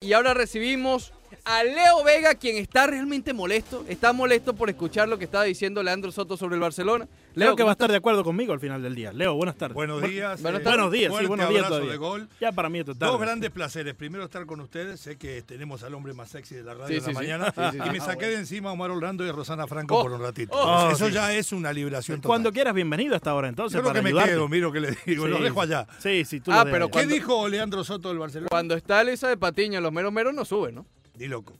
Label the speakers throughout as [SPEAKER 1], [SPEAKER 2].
[SPEAKER 1] Y ahora recibimos a Leo Vega, quien está realmente molesto. Está molesto por escuchar lo que estaba diciendo Leandro Soto sobre el Barcelona.
[SPEAKER 2] Leo que va a estar de acuerdo conmigo al final del día. Leo, buenas tardes.
[SPEAKER 3] Buenos
[SPEAKER 2] Bu-
[SPEAKER 3] días.
[SPEAKER 1] Buenas
[SPEAKER 3] eh,
[SPEAKER 1] tardes.
[SPEAKER 2] Buenos días, sí,
[SPEAKER 3] fuerte
[SPEAKER 2] buenos días
[SPEAKER 3] abrazo
[SPEAKER 2] todavía.
[SPEAKER 3] de gol.
[SPEAKER 2] Ya para mí es total.
[SPEAKER 3] Dos grandes placeres. Primero estar con ustedes. Sé que tenemos al hombre más sexy de la radio
[SPEAKER 1] Sí,
[SPEAKER 3] en la
[SPEAKER 1] sí, sí.
[SPEAKER 3] mañana.
[SPEAKER 1] Sí, sí, sí.
[SPEAKER 3] Y me
[SPEAKER 1] Ah,
[SPEAKER 3] saqué de encima a Omar Orlando y a Rosana Franco
[SPEAKER 1] Oh,
[SPEAKER 3] por un ratito.
[SPEAKER 2] oh,
[SPEAKER 3] Eso
[SPEAKER 2] sí.
[SPEAKER 3] ya es una liberación total.
[SPEAKER 2] Cuando quieras, bienvenido hasta ahora entonces.
[SPEAKER 3] Yo creo
[SPEAKER 2] para
[SPEAKER 3] que me
[SPEAKER 2] ayudarte.
[SPEAKER 3] quedo, miro que le digo. Lo
[SPEAKER 2] Sí.
[SPEAKER 3] dejo allá.
[SPEAKER 2] Sí, sí, tú
[SPEAKER 1] Ah,
[SPEAKER 2] lo
[SPEAKER 1] pero
[SPEAKER 2] dejas.
[SPEAKER 1] cuando-
[SPEAKER 3] ¿Qué dijo Leandro Soto del Barcelona?
[SPEAKER 1] Cuando está Elisa de Patiño, los meros meros no suben, ¿no?
[SPEAKER 3] Ni loco.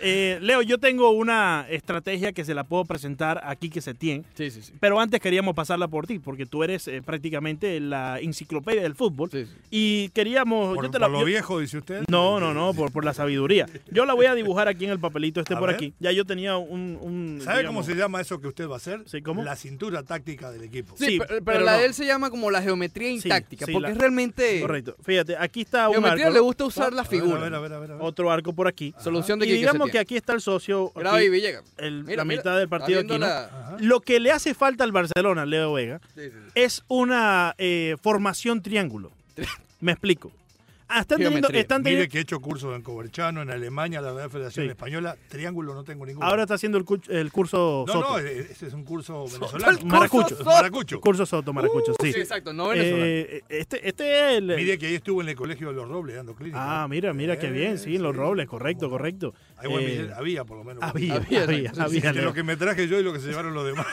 [SPEAKER 2] Eh, Leo, yo tengo una estrategia que se la puedo presentar aquí que se tiene.
[SPEAKER 1] Sí, sí, sí.
[SPEAKER 2] Pero antes queríamos pasarla por ti, porque tú eres eh, prácticamente la enciclopedia del fútbol.
[SPEAKER 1] Sí, sí.
[SPEAKER 2] Y queríamos...
[SPEAKER 3] Por,
[SPEAKER 2] yo te la- Mm,
[SPEAKER 3] por lo
[SPEAKER 2] yo-
[SPEAKER 3] viejo, dice usted.
[SPEAKER 2] No, no, no, por, por la sabiduría. Yo la voy a dibujar aquí en el papelito este
[SPEAKER 3] A
[SPEAKER 2] por
[SPEAKER 3] ver.
[SPEAKER 2] aquí. Ya yo tenía un... un,
[SPEAKER 3] ¿Sabe cómo
[SPEAKER 2] digamos-
[SPEAKER 3] se llama eso que usted va a hacer?
[SPEAKER 2] Sí, ¿cómo?
[SPEAKER 3] La cintura táctica del equipo.
[SPEAKER 1] Sí,
[SPEAKER 2] Sí,
[SPEAKER 1] pero, pero
[SPEAKER 2] pero
[SPEAKER 1] la
[SPEAKER 2] no.
[SPEAKER 1] de él se llama como la geometría intáctica,
[SPEAKER 2] sí,
[SPEAKER 1] porque
[SPEAKER 2] la-
[SPEAKER 1] es realmente...
[SPEAKER 2] Correcto. Ah, Fíjate, aquí está un
[SPEAKER 1] Geometría
[SPEAKER 2] arco,
[SPEAKER 1] le
[SPEAKER 2] ¿no?
[SPEAKER 1] gusta Ah, usar la
[SPEAKER 3] A ver,
[SPEAKER 1] figura.
[SPEAKER 3] A ver, a ver, a ver. a ver.
[SPEAKER 2] Otro arco por aquí.
[SPEAKER 1] Solución de
[SPEAKER 2] Y
[SPEAKER 1] Quique
[SPEAKER 2] digamos que
[SPEAKER 1] Setién.
[SPEAKER 2] aquí está el socio. aquí,
[SPEAKER 1] Graba y Villegas.
[SPEAKER 2] el-
[SPEAKER 1] Mira,
[SPEAKER 2] la
[SPEAKER 1] mira,
[SPEAKER 2] mitad del
[SPEAKER 1] está
[SPEAKER 2] partido
[SPEAKER 1] viendo
[SPEAKER 2] aquí, ¿no? Ah.
[SPEAKER 1] la-
[SPEAKER 3] Ajá.
[SPEAKER 2] Lo que le hace falta al Barcelona, Leo Vega,
[SPEAKER 1] Sí, sí, sí.
[SPEAKER 2] es una eh, formación triángulo. Me explico. Ah, están teniendo,
[SPEAKER 1] Geometría.
[SPEAKER 2] están teniendo-
[SPEAKER 3] Mire que he hecho cursos en Coberchano, en Alemania, la Real Federación
[SPEAKER 2] Sí.
[SPEAKER 3] Española. Triángulo no tengo ninguno.
[SPEAKER 2] ahora está haciendo el, cu- el curso
[SPEAKER 3] No,
[SPEAKER 2] Soto.
[SPEAKER 3] no, e- ese es un curso venezolano.
[SPEAKER 2] curso Maracucho.
[SPEAKER 1] Soto.
[SPEAKER 3] Maracucho.
[SPEAKER 2] El curso Soto, Maracucho,
[SPEAKER 1] Uh,
[SPEAKER 2] sí.
[SPEAKER 1] sí, exacto, no Venezuela.
[SPEAKER 2] Eh, este, este es el...
[SPEAKER 3] Mire que ahí estuvo en el colegio de los Robles dando clínica.
[SPEAKER 2] ah, mira, mira, qué bien, sí, en Los
[SPEAKER 3] Eh, sí.
[SPEAKER 2] Robles, correcto, correcto.
[SPEAKER 3] Ahí, bueno,
[SPEAKER 2] Eh,
[SPEAKER 3] Miguel, había por lo menos.
[SPEAKER 2] había,
[SPEAKER 1] Había,
[SPEAKER 2] había,
[SPEAKER 1] exacto.
[SPEAKER 3] Sí,
[SPEAKER 2] había,
[SPEAKER 3] de
[SPEAKER 2] Leo.
[SPEAKER 3] lo que me traje yo y lo que se llevaron los demás.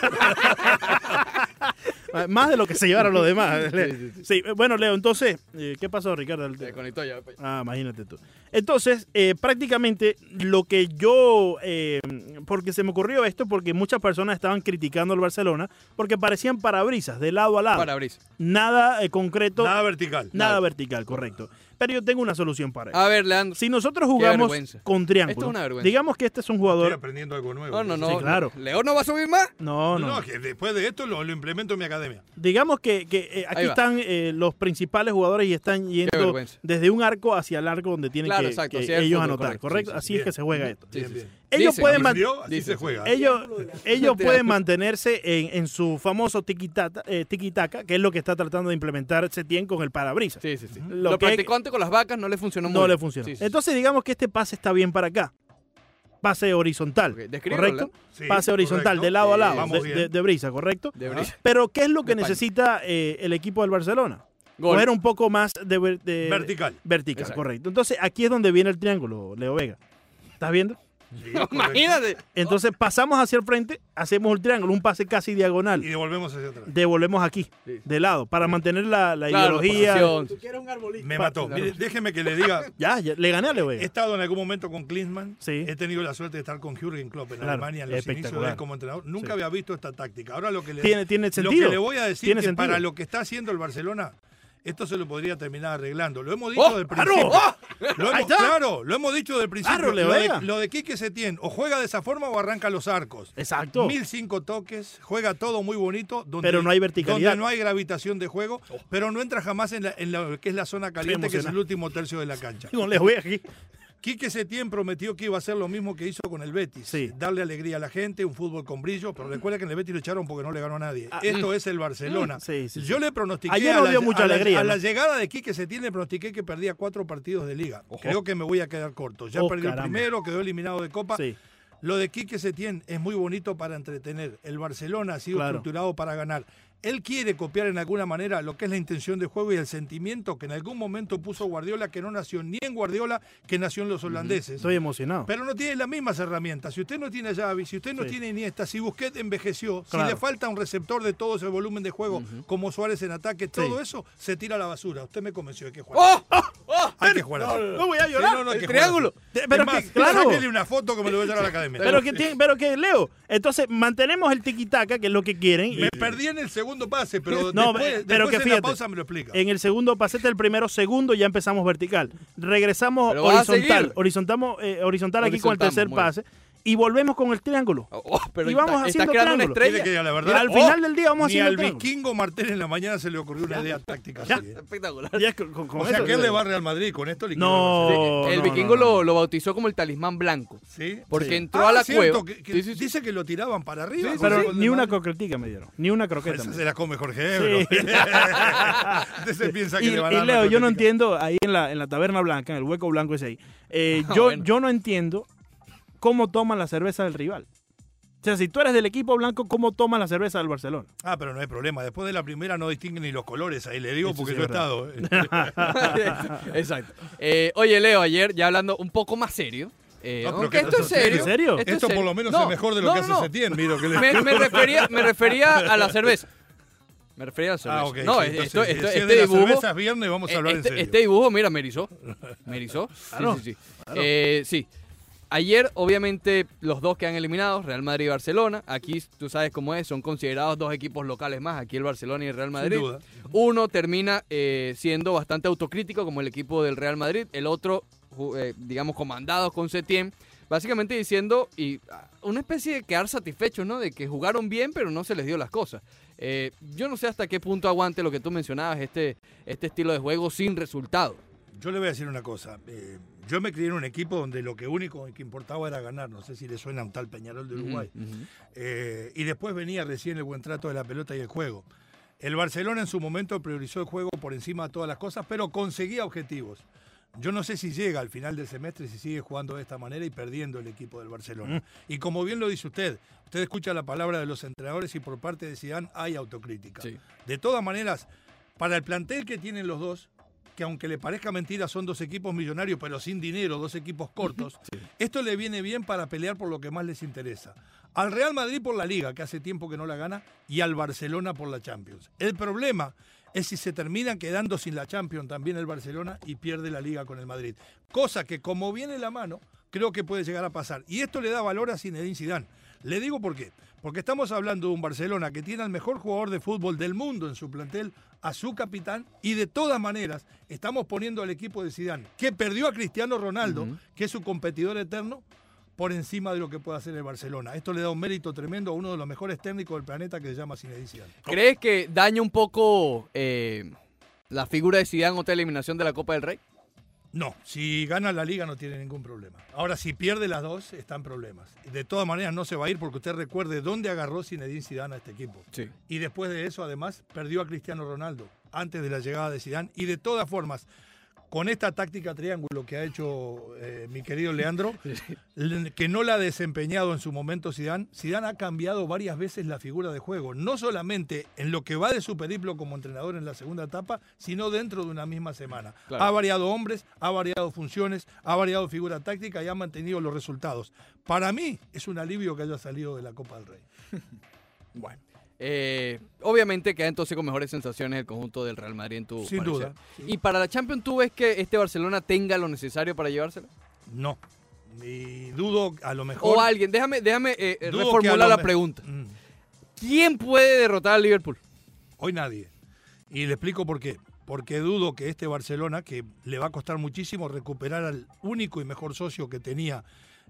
[SPEAKER 2] Ah, Más de lo que se llevaron los demás.
[SPEAKER 1] Sí, sí, sí.
[SPEAKER 2] Sí, eh, bueno, Leo, entonces, eh, ¿qué pasó, Ricardo? El-
[SPEAKER 1] Se conectó ya. pues.
[SPEAKER 2] Ah, imagínate tú. Entonces, eh, prácticamente lo que yo, eh, porque se me ocurrió esto, porque muchas personas estaban criticando al Barcelona, porque parecían parabrisas de lado a lado.
[SPEAKER 1] Parabrisas.
[SPEAKER 2] Nada eh, concreto,
[SPEAKER 3] Nada
[SPEAKER 2] nada,
[SPEAKER 3] vertical.
[SPEAKER 2] vertical, correcto. Pero yo tengo una solución para eso.
[SPEAKER 1] A ver, Leandro.
[SPEAKER 2] Si nosotros jugamos
[SPEAKER 1] Ah, vergüenza.
[SPEAKER 2] con triángulo,
[SPEAKER 1] Esto es una vergüenza.
[SPEAKER 2] digamos que este es un
[SPEAKER 3] Estoy
[SPEAKER 2] jugador...
[SPEAKER 3] aprendiendo algo nuevo.
[SPEAKER 1] No, no, no.
[SPEAKER 2] Sí, claro.
[SPEAKER 1] ¿Leo no va a subir más?
[SPEAKER 2] No, no.
[SPEAKER 3] No, que después de esto lo, lo implemento en mi academia.
[SPEAKER 2] Digamos que, que, eh, aquí
[SPEAKER 1] Ahí va.
[SPEAKER 2] están eh, los principales jugadores y están yendo
[SPEAKER 1] vergüenza.
[SPEAKER 2] desde un arco hacia el arco donde tienen
[SPEAKER 1] Claro,
[SPEAKER 2] que,
[SPEAKER 1] exacto,
[SPEAKER 2] que
[SPEAKER 1] hacia el
[SPEAKER 2] ellos
[SPEAKER 1] fútbol,
[SPEAKER 2] anotar,
[SPEAKER 1] correcto,
[SPEAKER 2] ¿correcto?
[SPEAKER 1] sí, sí,
[SPEAKER 2] Así es
[SPEAKER 3] bien.
[SPEAKER 2] que se juega esto.
[SPEAKER 1] Sí,
[SPEAKER 3] Bien,
[SPEAKER 1] sí,
[SPEAKER 3] bien.
[SPEAKER 2] Ellos
[SPEAKER 1] Dicen,
[SPEAKER 2] pueden, man-
[SPEAKER 3] Aprendió, así
[SPEAKER 1] Dice,
[SPEAKER 3] se juega.
[SPEAKER 2] ellos, ellos
[SPEAKER 1] Te
[SPEAKER 2] pueden
[SPEAKER 1] hace-
[SPEAKER 2] mantenerse en, en su famoso tiquitata- eh, tiquitaca, que es lo que está tratando de implementar Setién con el parabrisas.
[SPEAKER 1] Sí, sí, sí. Lo,
[SPEAKER 2] Lo que-
[SPEAKER 1] practicó antes con las vacas, no le funcionó
[SPEAKER 2] no
[SPEAKER 1] muy
[SPEAKER 2] le
[SPEAKER 1] bien.
[SPEAKER 2] funciona.
[SPEAKER 1] Sí, sí, sí.
[SPEAKER 2] Entonces digamos que este pase está bien para acá. Pase horizontal,
[SPEAKER 1] Ok, descríbelo,
[SPEAKER 2] ¿correcto?
[SPEAKER 1] Leo.
[SPEAKER 3] Sí,
[SPEAKER 2] pase horizontal,
[SPEAKER 3] correcto.
[SPEAKER 2] de lado a
[SPEAKER 1] Sí,
[SPEAKER 2] lado,
[SPEAKER 3] vamos
[SPEAKER 2] de,
[SPEAKER 3] bien.
[SPEAKER 2] de- de brisa, ¿correcto?
[SPEAKER 1] De brisa.
[SPEAKER 2] Pero ¿qué es lo que
[SPEAKER 1] De paño.
[SPEAKER 2] necesita eh, el equipo del Barcelona?
[SPEAKER 1] Gol.
[SPEAKER 2] Coger un poco más de, ver- de-
[SPEAKER 3] Vertical.
[SPEAKER 2] vertical,
[SPEAKER 1] Exacto.
[SPEAKER 2] correcto. Entonces aquí es donde viene el triángulo, Leo Vega. ¿Estás viendo?
[SPEAKER 3] Sí, correcto.
[SPEAKER 1] Imagínate.
[SPEAKER 2] Entonces pasamos hacia el frente, hacemos el triángulo, un pase casi
[SPEAKER 3] Y
[SPEAKER 2] diagonal.
[SPEAKER 3] devolvemos hacia atrás.
[SPEAKER 2] Devolvemos aquí,
[SPEAKER 1] Sí.
[SPEAKER 2] de lado, para mantener la, la
[SPEAKER 1] Claro,
[SPEAKER 2] ideología.
[SPEAKER 1] pasión.
[SPEAKER 3] Me mató. Mire, déjeme que le diga,
[SPEAKER 2] Ya, ya, le gané a Leo
[SPEAKER 3] he
[SPEAKER 2] Vega.
[SPEAKER 3] estado en algún momento con Klinsmann.
[SPEAKER 2] Sí.
[SPEAKER 3] He tenido la suerte de estar con Jürgen Klopp en
[SPEAKER 2] Claro,
[SPEAKER 3] Alemania en los inicios de
[SPEAKER 2] espectacular.
[SPEAKER 3] él como entrenador. Nunca
[SPEAKER 2] Sí.
[SPEAKER 3] había visto esta táctica. Ahora lo que le,
[SPEAKER 2] Tiene- tiene
[SPEAKER 3] Lo
[SPEAKER 2] sentido.
[SPEAKER 3] que le voy a decir
[SPEAKER 2] Tiene
[SPEAKER 3] que
[SPEAKER 2] sentido.
[SPEAKER 3] para lo que está haciendo el Barcelona, esto se lo podría terminar arreglando. Lo hemos dicho
[SPEAKER 1] ¡Oh!
[SPEAKER 3] del
[SPEAKER 2] ¡Claro!
[SPEAKER 3] principio.
[SPEAKER 2] ¡Oh!
[SPEAKER 3] Lo hemos-
[SPEAKER 2] Ahí está.
[SPEAKER 3] Claro, lo hemos dicho del principio.
[SPEAKER 2] ¡Claro, le
[SPEAKER 3] lo, de,
[SPEAKER 2] vea!
[SPEAKER 3] lo de Quique Setién, o juega de esa forma o arranca los arcos.
[SPEAKER 2] Exacto.
[SPEAKER 3] Mil cinco toques, juega todo muy bonito, donde,
[SPEAKER 2] Pero no hay verticalidad. Oh.
[SPEAKER 3] donde no hay gravitación de juego, pero no entra jamás en, la, en la- que es la zona caliente, que es
[SPEAKER 2] emocionado.
[SPEAKER 3] el último tercio de la cancha.
[SPEAKER 2] Con Leo Vega aquí.
[SPEAKER 3] Quique Setién prometió que iba a hacer lo mismo que hizo con el Betis.
[SPEAKER 2] Sí.
[SPEAKER 3] Darle alegría a la gente, un fútbol con brillo, pero recuerda que en el Betis lo echaron porque no le ganó a nadie. Esto es el
[SPEAKER 2] Mm,
[SPEAKER 3] Barcelona.
[SPEAKER 2] Ah, sí, sí,
[SPEAKER 3] Yo le pronostiqué
[SPEAKER 2] Ayer
[SPEAKER 3] a,
[SPEAKER 2] no
[SPEAKER 3] la,
[SPEAKER 2] dio mucha
[SPEAKER 3] a la-
[SPEAKER 2] alegría,
[SPEAKER 3] a la
[SPEAKER 2] ¿no?
[SPEAKER 3] llegada de Quique Setién le pronostiqué que perdía cuatro partidos de liga. Creo que me voy a quedar corto. Ya
[SPEAKER 2] Oh,
[SPEAKER 3] perdió
[SPEAKER 2] caramba.
[SPEAKER 3] el primero, quedó eliminado de Copa.
[SPEAKER 2] Sí.
[SPEAKER 3] Lo de Quique Setién es muy bonito para entretener. El Barcelona ha sido
[SPEAKER 2] Claro.
[SPEAKER 3] estructurado para ganar. Él quiere copiar en alguna manera lo que es la intención de juego y el sentimiento que en algún momento puso Guardiola, que no nació ni en Guardiola, que nació en los holandeses.
[SPEAKER 2] Estoy emocionado.
[SPEAKER 3] Pero no tiene las mismas herramientas. Si usted no tiene a Xavi, si usted no
[SPEAKER 2] Sí.
[SPEAKER 3] tiene Iniesta, si Busquets envejeció,
[SPEAKER 2] Claro.
[SPEAKER 3] si le falta un receptor de todo ese volumen de juego, como Suárez en ataque, todo eso se tira a la basura. Usted me convenció de que juega.
[SPEAKER 1] ¡Oh! ¡Oh! ¡Oh!
[SPEAKER 3] Hay que jugar así.
[SPEAKER 2] No voy a
[SPEAKER 3] Sí,
[SPEAKER 2] llorar.
[SPEAKER 3] no, no hay
[SPEAKER 1] el
[SPEAKER 3] que jugar
[SPEAKER 1] triángulo.
[SPEAKER 3] así.
[SPEAKER 2] Te- pero
[SPEAKER 3] Es
[SPEAKER 2] que-
[SPEAKER 3] más,
[SPEAKER 2] claro.
[SPEAKER 3] sáquenle una foto que me lo voy a llevar a la academia.
[SPEAKER 2] Pero que, tiene- pero que Leo, entonces mantenemos el tiquitaca, que es lo que quieren. y-
[SPEAKER 3] Me perdí en el segundo pase, pero
[SPEAKER 2] No,
[SPEAKER 3] después,
[SPEAKER 2] eh, pero
[SPEAKER 3] después
[SPEAKER 2] que
[SPEAKER 3] en
[SPEAKER 2] fíjate.
[SPEAKER 3] la pausa me lo explica.
[SPEAKER 2] En el segundo pasete, el primero segundo, ya empezamos vertical. Regresamos
[SPEAKER 1] Pero vas a
[SPEAKER 2] horizontal.
[SPEAKER 1] seguir.
[SPEAKER 2] Horizontamos, eh, horizontal aquí con el
[SPEAKER 1] Horizontamos,
[SPEAKER 2] tercer
[SPEAKER 1] muy bien.
[SPEAKER 2] pase. y volvemos con el triángulo.
[SPEAKER 1] Oh, oh, pero
[SPEAKER 2] Y vamos
[SPEAKER 1] está- estás
[SPEAKER 2] haciendo
[SPEAKER 1] creando una
[SPEAKER 2] triángulo.
[SPEAKER 1] estrella.
[SPEAKER 3] Mire que la verdad.
[SPEAKER 2] Al
[SPEAKER 3] oh,
[SPEAKER 2] final del día vamos
[SPEAKER 3] Ni
[SPEAKER 2] haciendo
[SPEAKER 3] al
[SPEAKER 2] el triángulo.
[SPEAKER 3] vikingo Martel en la mañana se le ocurrió una idea táctica
[SPEAKER 2] Ya.
[SPEAKER 3] así. ¿eh?
[SPEAKER 1] Espectacular.
[SPEAKER 2] Ya es con- con- con
[SPEAKER 3] O sea,
[SPEAKER 2] eso-
[SPEAKER 3] que él le va a Real Madrid con esto. liquidó
[SPEAKER 2] No.
[SPEAKER 3] el Barcelona.
[SPEAKER 1] Sí, el
[SPEAKER 2] no,
[SPEAKER 1] vikingo
[SPEAKER 2] no, no.
[SPEAKER 1] Lo, lo bautizó como el talismán blanco.
[SPEAKER 3] Sí.
[SPEAKER 1] Porque
[SPEAKER 2] Sí.
[SPEAKER 1] entró a
[SPEAKER 3] Ah,
[SPEAKER 1] la
[SPEAKER 3] cierto,
[SPEAKER 1] cueva.
[SPEAKER 3] que- que
[SPEAKER 1] Sí, sí, sí.
[SPEAKER 3] Dice que lo tiraban para arriba. con el
[SPEAKER 2] Pero
[SPEAKER 3] gol
[SPEAKER 2] ni
[SPEAKER 3] de
[SPEAKER 2] una
[SPEAKER 3] Madrid.
[SPEAKER 2] croquetica me dieron. Ni una croqueta.
[SPEAKER 3] Esa
[SPEAKER 2] me
[SPEAKER 3] se la come pues, Jorge Ebro.
[SPEAKER 2] dieron. Sí.
[SPEAKER 3] Usted se piensa que
[SPEAKER 2] Y,
[SPEAKER 3] le van a
[SPEAKER 2] y
[SPEAKER 3] dar
[SPEAKER 2] Leo,
[SPEAKER 3] una
[SPEAKER 2] yo no
[SPEAKER 3] croquetica.
[SPEAKER 2] entiendo, ahí en la, en la taberna blanca, en el hueco blanco ese ahí, eh,
[SPEAKER 1] Ah,
[SPEAKER 2] yo,
[SPEAKER 1] bueno.
[SPEAKER 2] yo no entiendo cómo toman la cerveza del rival. O sea, si tú eres del equipo blanco, ¿cómo toman la cerveza del Barcelona?
[SPEAKER 3] Ah, pero no hay problema. Después de la primera no distinguen ni los colores. Ahí le digo
[SPEAKER 2] Eso
[SPEAKER 3] porque
[SPEAKER 2] sí
[SPEAKER 3] yo he
[SPEAKER 2] es
[SPEAKER 3] estado. eh.
[SPEAKER 1] Exacto. Eh, oye, Leo, ayer ya hablando un poco más serio. eh,
[SPEAKER 3] No, pero
[SPEAKER 1] aunque
[SPEAKER 3] que
[SPEAKER 1] esto es
[SPEAKER 3] esto es
[SPEAKER 1] serio.
[SPEAKER 2] en serio.
[SPEAKER 1] esto es
[SPEAKER 3] Esto por
[SPEAKER 1] serio.
[SPEAKER 3] lo menos
[SPEAKER 1] No,
[SPEAKER 3] es mejor de lo
[SPEAKER 1] no,
[SPEAKER 3] que
[SPEAKER 1] no,
[SPEAKER 3] hace
[SPEAKER 1] no.
[SPEAKER 3] Setién. Miro que le-
[SPEAKER 1] Me, me refería, me refería a la cerveza. Me refería a la cerveza.
[SPEAKER 3] Ah, ok.
[SPEAKER 1] No,
[SPEAKER 3] sí,
[SPEAKER 1] esto-
[SPEAKER 3] entonces,
[SPEAKER 1] esto-
[SPEAKER 3] si es
[SPEAKER 1] este
[SPEAKER 3] de las
[SPEAKER 1] dibujo.
[SPEAKER 3] cervezas viernes vamos a hablar
[SPEAKER 1] este,
[SPEAKER 3] en serio. Ah,
[SPEAKER 1] este dibujo, mira, me erizó. Me erizó. Sí,
[SPEAKER 2] Claro,
[SPEAKER 1] sí, sí. Eh, sí. Ayer, obviamente, los dos que han eliminados, Real Madrid y Barcelona. Aquí, tú sabes cómo es, son considerados dos equipos locales más. Aquí el Barcelona y el Real Madrid.
[SPEAKER 3] duda.
[SPEAKER 1] Uno termina eh, siendo bastante autocrítico, como el equipo del Real Madrid. El otro, ju- eh, digamos, comandado con Setién. Básicamente diciendo, y ah, una especie de quedar satisfechos, ¿no? De que jugaron bien, pero no se les dio las cosas. Eh, yo no sé hasta qué punto aguante lo que tú mencionabas, este, este estilo de juego sin resultado.
[SPEAKER 3] Yo le voy a decir una cosa. eh, yo me crié en un equipo donde lo que único que importaba era ganar. No sé si le suena a un tal Peñarol
[SPEAKER 1] Mm,
[SPEAKER 3] de Uruguay. Eh, y después venía recién el buen trato de la pelota y el juego. El Barcelona en su momento priorizó el juego por encima de todas las cosas, pero conseguía objetivos. Yo no sé si llega al final del semestre si sigue jugando de esta manera y perdiendo el equipo del Barcelona.
[SPEAKER 1] Mm.
[SPEAKER 3] Y como bien lo dice usted, usted escucha la palabra de los entrenadores y por parte de Zidane hay autocrítica.
[SPEAKER 1] Sí.
[SPEAKER 3] De todas maneras, para el plantel que tienen los dos, que aunque le parezca mentira son dos equipos millonarios pero sin dinero, dos equipos cortos, esto le viene bien para pelear por lo que más les interesa. Al Real Madrid por la Liga, que hace tiempo que no la gana, y al Barcelona por la Champions. El problema es si se termina quedando sin la Champions también el Barcelona y pierde la Liga con el Madrid. Cosa que como viene la mano, creo que puede llegar a pasar. Y esto le da valor a Zinedine Zidane. Le digo por qué. Porque estamos hablando de un Barcelona que tiene al mejor jugador de fútbol del mundo en su plantel, a su capitán, y de todas maneras estamos poniendo al equipo de Zidane, que perdió a Cristiano Ronaldo, que es su competidor eterno, por encima de lo que puede hacer el Barcelona. Esto le da un mérito tremendo a uno de los mejores técnicos del planeta que se llama Zinedine Zidane.
[SPEAKER 1] ¿Crees que daña un poco eh, la figura de Zidane otra eliminación de la Copa del Rey?
[SPEAKER 3] No, si gana la liga no tiene ningún problema. Ahora, si pierde las dos, están problemas. De todas maneras, no se va a ir porque usted recuerde dónde agarró Zinedine Zidane a este equipo.
[SPEAKER 1] Sí.
[SPEAKER 3] Y después de eso, además, perdió a Cristiano Ronaldo antes de la llegada de Zidane. Y de todas formas, con esta táctica triángulo que ha hecho eh, mi querido Leandro, le- que no la ha desempeñado en su momento Zidane, Zidane ha cambiado varias veces la figura de juego, no solamente en lo que va de su periplo como entrenador en la segunda etapa, sino dentro de una misma semana.
[SPEAKER 1] Claro.
[SPEAKER 3] Ha variado hombres, ha variado funciones, ha variado figura táctica y ha mantenido los resultados. Para mí es un alivio que haya salido de la Copa del Rey.
[SPEAKER 1] Bueno. Eh, obviamente queda entonces con mejores sensaciones el conjunto del Real Madrid en tu
[SPEAKER 3] Sin
[SPEAKER 1] parecer.
[SPEAKER 3] duda, sí.
[SPEAKER 1] ¿Y para la Champions tú ves que este Barcelona tenga lo necesario para llevársela?
[SPEAKER 3] No. Y dudo a lo mejor.
[SPEAKER 1] O alguien, déjame, déjame eh, eh,
[SPEAKER 3] dudo que a
[SPEAKER 1] reformular
[SPEAKER 3] lo
[SPEAKER 1] la
[SPEAKER 3] me-
[SPEAKER 1] pregunta.
[SPEAKER 3] Mm,
[SPEAKER 1] ¿Quién puede derrotar al Liverpool?
[SPEAKER 3] Hoy nadie. Y le explico por qué. Porque dudo que este Barcelona, que le va a costar muchísimo recuperar al único y mejor socio que tenía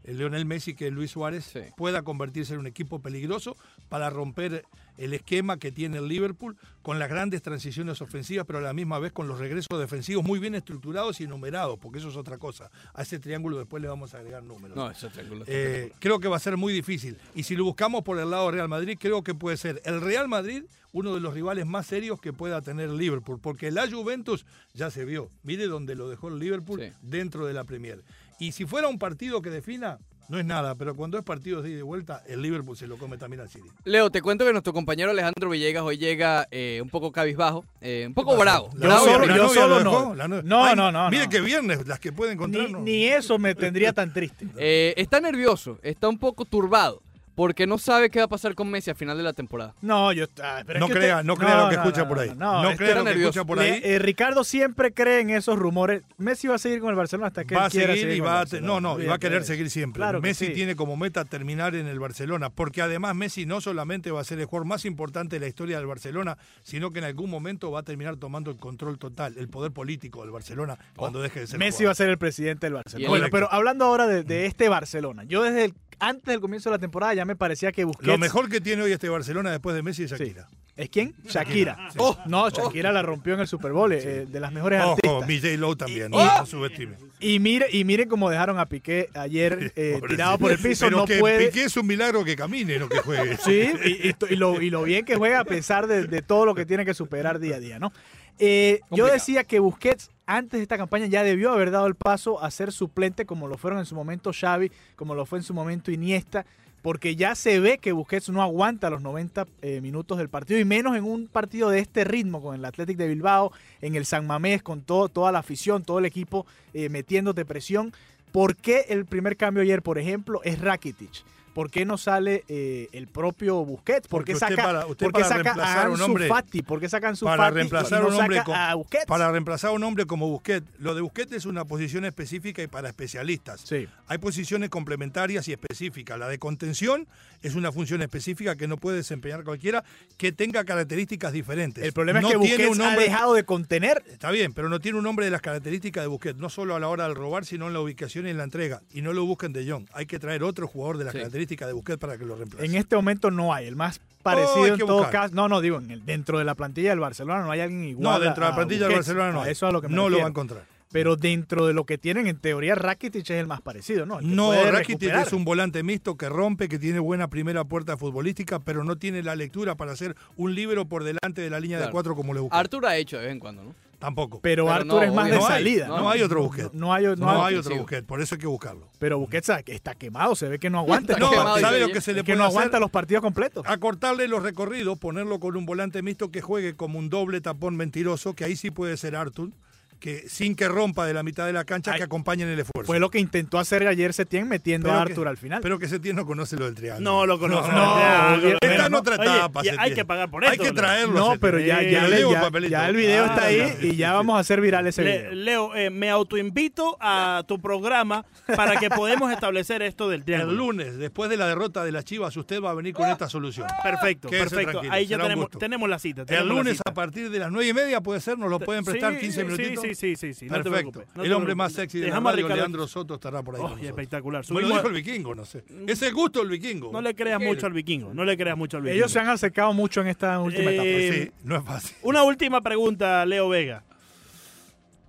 [SPEAKER 3] el Leonel Messi, que es Luis Suárez,
[SPEAKER 1] Sí.
[SPEAKER 3] pueda convertirse en un equipo peligroso para romper el esquema que tiene el Liverpool con las grandes transiciones ofensivas, pero a la misma vez con los regresos defensivos muy bien estructurados y numerados, porque eso es otra cosa. A ese triángulo después le vamos a agregar números.
[SPEAKER 1] No, eso es triángulo.
[SPEAKER 3] Eh, creo que va a ser muy difícil. Y si lo buscamos por el lado de Real Madrid, creo que puede ser el Real Madrid uno de los rivales más serios que pueda tener Liverpool, porque la Juventus ya se vio. Mire dónde lo dejó el Liverpool
[SPEAKER 1] Sí.
[SPEAKER 3] dentro de la Premier. Y si fuera un partido que defina, no es nada, pero cuando es partido de ida y vuelta, el Liverpool se lo come también al City.
[SPEAKER 1] Leo, te cuento que nuestro compañero Alejandro Villegas hoy llega eh, un poco cabizbajo, eh, un poco bravo.
[SPEAKER 3] La
[SPEAKER 1] bravo.
[SPEAKER 3] novia-
[SPEAKER 4] solo-
[SPEAKER 3] la
[SPEAKER 4] yo
[SPEAKER 3] novia
[SPEAKER 4] solo
[SPEAKER 3] lo dejó,
[SPEAKER 4] no.
[SPEAKER 3] la novia-
[SPEAKER 4] No, no, no,
[SPEAKER 3] Mire
[SPEAKER 4] no.
[SPEAKER 3] que viernes las que puede encontrar.
[SPEAKER 4] Ni,
[SPEAKER 3] no.
[SPEAKER 4] ni eso me tendría tan triste.
[SPEAKER 1] Eh, está nervioso, está un poco turbado, porque no sabe qué va a pasar con Messi a final de la temporada.
[SPEAKER 4] No, yo. ah, pero es
[SPEAKER 3] No
[SPEAKER 4] que
[SPEAKER 3] crea,
[SPEAKER 4] usted-
[SPEAKER 3] no crea lo que
[SPEAKER 4] no,
[SPEAKER 3] escucha
[SPEAKER 4] no,
[SPEAKER 3] por ahí.
[SPEAKER 4] no,
[SPEAKER 3] No,
[SPEAKER 4] No, este-
[SPEAKER 3] crea lo que
[SPEAKER 1] nervioso.
[SPEAKER 3] escucha por ahí.
[SPEAKER 4] Le- eh, Ricardo siempre cree en esos rumores. Messi va a seguir con el Barcelona hasta que
[SPEAKER 3] va
[SPEAKER 4] él
[SPEAKER 3] a
[SPEAKER 4] quiera
[SPEAKER 3] seguir y
[SPEAKER 4] con el
[SPEAKER 3] va a te-
[SPEAKER 4] Barcelona.
[SPEAKER 3] no no y va a querer
[SPEAKER 4] Olvídate.
[SPEAKER 3] seguir siempre
[SPEAKER 4] Claro que
[SPEAKER 3] Messi
[SPEAKER 4] sí.
[SPEAKER 3] tiene como meta terminar en el Barcelona porque además Messi no solamente va a ser el jugador más importante de la historia del Barcelona sino que en algún momento va a terminar tomando el control total el poder político del Barcelona cuando deje de ser
[SPEAKER 4] Oh, Messi va a
[SPEAKER 3] jugador.
[SPEAKER 4] ser el presidente del Barcelona.
[SPEAKER 1] Y-
[SPEAKER 4] Bueno,
[SPEAKER 3] Correcto.
[SPEAKER 4] pero hablando ahora de, de este Barcelona, yo desde el- antes del comienzo de la temporada ya me parecía que Busquets...
[SPEAKER 3] Lo mejor que tiene hoy este Barcelona después de Messi es Shakira.
[SPEAKER 4] ¿Es quién? Shakira.
[SPEAKER 3] Sí.
[SPEAKER 4] Oh, no, Shakira la rompió en el Super Bowl, eh, de las mejores
[SPEAKER 3] Ojo,
[SPEAKER 4] artistas.
[SPEAKER 3] mi J-Lo también, no,
[SPEAKER 1] ¡Oh!
[SPEAKER 3] no subestime.
[SPEAKER 4] Y mire, y mire cómo dejaron a Piqué ayer eh, tirado por el piso,
[SPEAKER 3] Pero
[SPEAKER 4] no
[SPEAKER 3] que
[SPEAKER 4] puede.
[SPEAKER 3] Piqué es un milagro que camine, no que juegue.
[SPEAKER 4] Sí, y, y to- y lo, y lo bien que juega a pesar de, de todo lo que tiene que superar día a día, ¿no? Eh, yo
[SPEAKER 1] Complicado.
[SPEAKER 4] decía que Busquets antes de esta campaña ya debió haber dado el paso a ser suplente como lo fueron en su momento Xavi, como lo fue en su momento Iniesta, porque ya se ve que Busquets no aguanta los 90 eh, minutos del partido y menos en un partido de este ritmo con el Athletic de Bilbao, en el San Mamés, con todo, toda la afición, todo el equipo eh, metiéndote presión. ¿Por qué el primer cambio ayer, por ejemplo, es Rakitic? ¿Por qué no sale eh, el propio Busquets? ¿Por
[SPEAKER 3] Porque
[SPEAKER 4] qué
[SPEAKER 3] usted
[SPEAKER 4] saca,
[SPEAKER 3] para- usted
[SPEAKER 4] por qué
[SPEAKER 3] para
[SPEAKER 4] saca
[SPEAKER 3] reemplazar
[SPEAKER 4] a
[SPEAKER 3] a un
[SPEAKER 4] Ansu
[SPEAKER 3] hombre-
[SPEAKER 4] Fati? ¿Por qué saca a Ansu
[SPEAKER 3] para
[SPEAKER 4] Fati y
[SPEAKER 3] reemplazar
[SPEAKER 4] no
[SPEAKER 3] a un hombre
[SPEAKER 4] saca
[SPEAKER 3] con-
[SPEAKER 4] a Busquets?
[SPEAKER 3] Para reemplazar a un hombre como Busquets, lo de Busquets es una posición específica y para especialistas.
[SPEAKER 4] Sí.
[SPEAKER 3] Hay posiciones complementarias y específicas. La de contención es una función específica que no puede desempeñar cualquiera que tenga características diferentes.
[SPEAKER 4] El problema
[SPEAKER 3] No
[SPEAKER 4] es que
[SPEAKER 3] tiene
[SPEAKER 4] Busquets
[SPEAKER 3] un
[SPEAKER 4] ha
[SPEAKER 3] hombre-
[SPEAKER 4] dejado de contener.
[SPEAKER 3] Está bien, pero no tiene un hombre de las características de Busquets, no solo a la hora del robar, sino en la ubicación y en la entrega. Y no lo busquen de Jong. Hay que traer otro jugador de las
[SPEAKER 1] Sí.
[SPEAKER 3] características de Busquets para que lo reemplace.
[SPEAKER 4] En este momento no hay. El más
[SPEAKER 3] Oh,
[SPEAKER 4] parecido
[SPEAKER 3] hay
[SPEAKER 4] en
[SPEAKER 3] que
[SPEAKER 4] todo
[SPEAKER 3] buscar.
[SPEAKER 4] caso. No, no, digo, en el- dentro de la plantilla del Barcelona no hay alguien igual.
[SPEAKER 3] no, dentro de
[SPEAKER 4] a-
[SPEAKER 3] la
[SPEAKER 4] a
[SPEAKER 3] plantilla del
[SPEAKER 4] Busquets.
[SPEAKER 3] Barcelona no.
[SPEAKER 4] A
[SPEAKER 3] hay.
[SPEAKER 4] Eso es a lo que me
[SPEAKER 3] no lo va a
[SPEAKER 4] refiero.
[SPEAKER 3] encontrar.
[SPEAKER 4] Pero dentro de lo que tienen, en teoría, Rakitic es el más parecido, ¿no? El que
[SPEAKER 3] No,
[SPEAKER 4] puede
[SPEAKER 3] Rakitic
[SPEAKER 4] recuperar.
[SPEAKER 3] es un volante mixto que rompe, que tiene buena primera puerta futbolística, pero no tiene la lectura para hacer un libro por delante de la línea de
[SPEAKER 1] Claro.
[SPEAKER 3] cuatro como le busca.
[SPEAKER 1] Arthur ha hecho de vez en cuando, ¿no?
[SPEAKER 3] Tampoco.
[SPEAKER 4] Pero,
[SPEAKER 1] Pero
[SPEAKER 4] Arthur
[SPEAKER 1] no,
[SPEAKER 4] es más de
[SPEAKER 1] obvio.
[SPEAKER 3] no hay,
[SPEAKER 4] salida.
[SPEAKER 3] no hay otro Busquets.
[SPEAKER 4] No hay, no
[SPEAKER 3] No,
[SPEAKER 4] hay-
[SPEAKER 3] hay otro
[SPEAKER 1] sí.
[SPEAKER 3] Busquets, por eso hay que buscarlo.
[SPEAKER 4] Pero Busquets está- está quemado, se ve que no aguanta.
[SPEAKER 1] Está
[SPEAKER 3] No,
[SPEAKER 4] estos
[SPEAKER 1] quemado,
[SPEAKER 4] partidos.
[SPEAKER 3] ¿sabe
[SPEAKER 1] dice
[SPEAKER 3] lo que
[SPEAKER 1] ayer.
[SPEAKER 3] se le
[SPEAKER 4] que
[SPEAKER 3] puede
[SPEAKER 4] no
[SPEAKER 3] hacer? Ah,
[SPEAKER 4] aguanta los partidos completos.
[SPEAKER 3] Acortarle los recorridos, ponerlo con un volante mixto que juegue como un doble tapón mentiroso, que ahí sí puede ser Arthur, que sin que rompa de la mitad de la cancha,
[SPEAKER 4] Ay.
[SPEAKER 3] que acompañe en el esfuerzo.
[SPEAKER 4] Fue lo que intentó hacer ayer Setién metiendo
[SPEAKER 3] Pero
[SPEAKER 4] a
[SPEAKER 3] que-
[SPEAKER 4] Arthur al final.
[SPEAKER 3] Pero que Setién no conoce lo del triángulo.
[SPEAKER 2] No lo conozco.
[SPEAKER 4] No, obvio.
[SPEAKER 3] Está en otra etapa,
[SPEAKER 2] hay
[SPEAKER 3] Setién.
[SPEAKER 2] que pagar por
[SPEAKER 3] Hay
[SPEAKER 2] esto.
[SPEAKER 3] que
[SPEAKER 2] ¿no?
[SPEAKER 3] traerlo. a
[SPEAKER 4] no,
[SPEAKER 3] Setién.
[SPEAKER 4] pero ya,
[SPEAKER 2] Eh,
[SPEAKER 4] ya,
[SPEAKER 3] Yo
[SPEAKER 4] le-
[SPEAKER 3] llevo
[SPEAKER 4] ya-
[SPEAKER 3] papelito.
[SPEAKER 4] ya el video
[SPEAKER 2] Ah,
[SPEAKER 4] está ahí
[SPEAKER 3] ya.
[SPEAKER 4] y ya vamos a hacer viral ese
[SPEAKER 2] Le-
[SPEAKER 4] video.
[SPEAKER 2] Leo, eh, me autoinvito a tu programa para que podamos establecer esto del
[SPEAKER 3] El
[SPEAKER 2] triángulo.
[SPEAKER 3] lunes, después de la derrota de las Chivas, usted va a venir con esta solución.
[SPEAKER 2] Perfecto,
[SPEAKER 3] Quédese
[SPEAKER 2] perfecto.
[SPEAKER 3] tranquilo,
[SPEAKER 2] Ahí ya
[SPEAKER 3] será un
[SPEAKER 2] tenemos,
[SPEAKER 3] gusto.
[SPEAKER 2] tenemos la cita.
[SPEAKER 3] El
[SPEAKER 2] tenemos Ah, la
[SPEAKER 3] lunes
[SPEAKER 2] cita.
[SPEAKER 3] a partir de las 9 y media puede ser, nos lo pueden prestar
[SPEAKER 2] Sí,
[SPEAKER 3] 15 minutitos.
[SPEAKER 2] Sí, sí, sí, sí. no te
[SPEAKER 3] Perfecto.
[SPEAKER 2] preocupes, no
[SPEAKER 3] el
[SPEAKER 2] te
[SPEAKER 3] hombre
[SPEAKER 2] preocupes.
[SPEAKER 3] más sexy de la
[SPEAKER 2] Dejamos a
[SPEAKER 3] radio,
[SPEAKER 2] Ricardo-
[SPEAKER 3] Leandro Soto, estará por ahí.
[SPEAKER 2] Oh,
[SPEAKER 3] con nosotros.
[SPEAKER 2] espectacular.
[SPEAKER 3] Me lo
[SPEAKER 2] Subimos- Mm.
[SPEAKER 3] dijo el vikingo, no sé. Ese gusto el vikingo.
[SPEAKER 2] No le creas
[SPEAKER 1] ¿Qué?
[SPEAKER 2] mucho al vikingo. No le creas mucho al vikingo.
[SPEAKER 4] Ellos se han acercado mucho en esta última
[SPEAKER 2] Eh,
[SPEAKER 4] etapa.
[SPEAKER 3] Pues sí, no es fácil.
[SPEAKER 2] Una última pregunta, Leo Vega.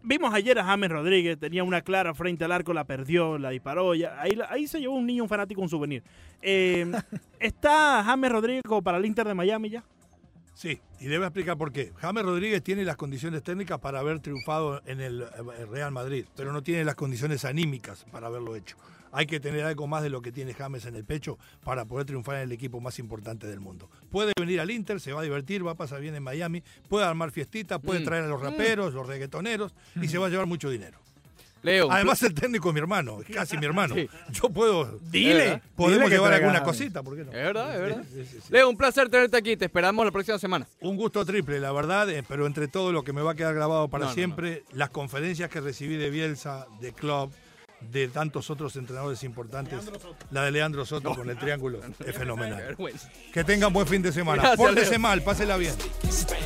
[SPEAKER 2] Vimos ayer a James Rodríguez, tenía una clara frente al arco, la perdió, la disparó. ya- ahí, la- ahí se llevó un niño, un fanático, un souvenir. Eh, ¿Está James Rodríguez como para el Inter de Miami ya?
[SPEAKER 3] Sí, y debe explicar por qué. James Rodríguez tiene las condiciones técnicas para haber triunfado en el eh, Real Madrid, pero no tiene las condiciones anímicas para haberlo hecho. Hay que tener algo más de lo que tiene James en el pecho para poder triunfar en el equipo más importante del mundo. Puede venir al Inter, se va a divertir, va a pasar bien en Miami, puede armar fiestitas, puede
[SPEAKER 1] Mm.
[SPEAKER 3] traer a los raperos, los reggaetoneros y se va a llevar mucho dinero.
[SPEAKER 1] Leo. un
[SPEAKER 3] Además el técnico es mi hermano, es casi mi hermano.
[SPEAKER 1] Sí.
[SPEAKER 3] Yo puedo,
[SPEAKER 1] Dile, dile Eh,
[SPEAKER 3] podemos
[SPEAKER 4] que
[SPEAKER 3] llevar
[SPEAKER 4] traiga a
[SPEAKER 3] alguna
[SPEAKER 4] James.
[SPEAKER 3] cosita, ¿por qué no?
[SPEAKER 1] pl- Es verdad, es verdad.
[SPEAKER 3] Sí, sí, sí.
[SPEAKER 1] Leo, un placer tenerte aquí. Te esperamos la próxima semana.
[SPEAKER 3] Un gusto triple, la verdad, eh, pero entre todo lo que me va a quedar grabado para
[SPEAKER 1] No, no,
[SPEAKER 3] siempre, las conferencias que recibí de Bielsa, de Klopp, de tantos otros entrenadores importantes, la de Leandro Soto con el triángulo, es fenomenal.
[SPEAKER 1] Vergüenza.
[SPEAKER 3] Que tengan buen fin de semana.
[SPEAKER 1] Gracias,
[SPEAKER 3] Pórtese
[SPEAKER 1] Leo.
[SPEAKER 3] mal, pásela bien.
[SPEAKER 5] Spray.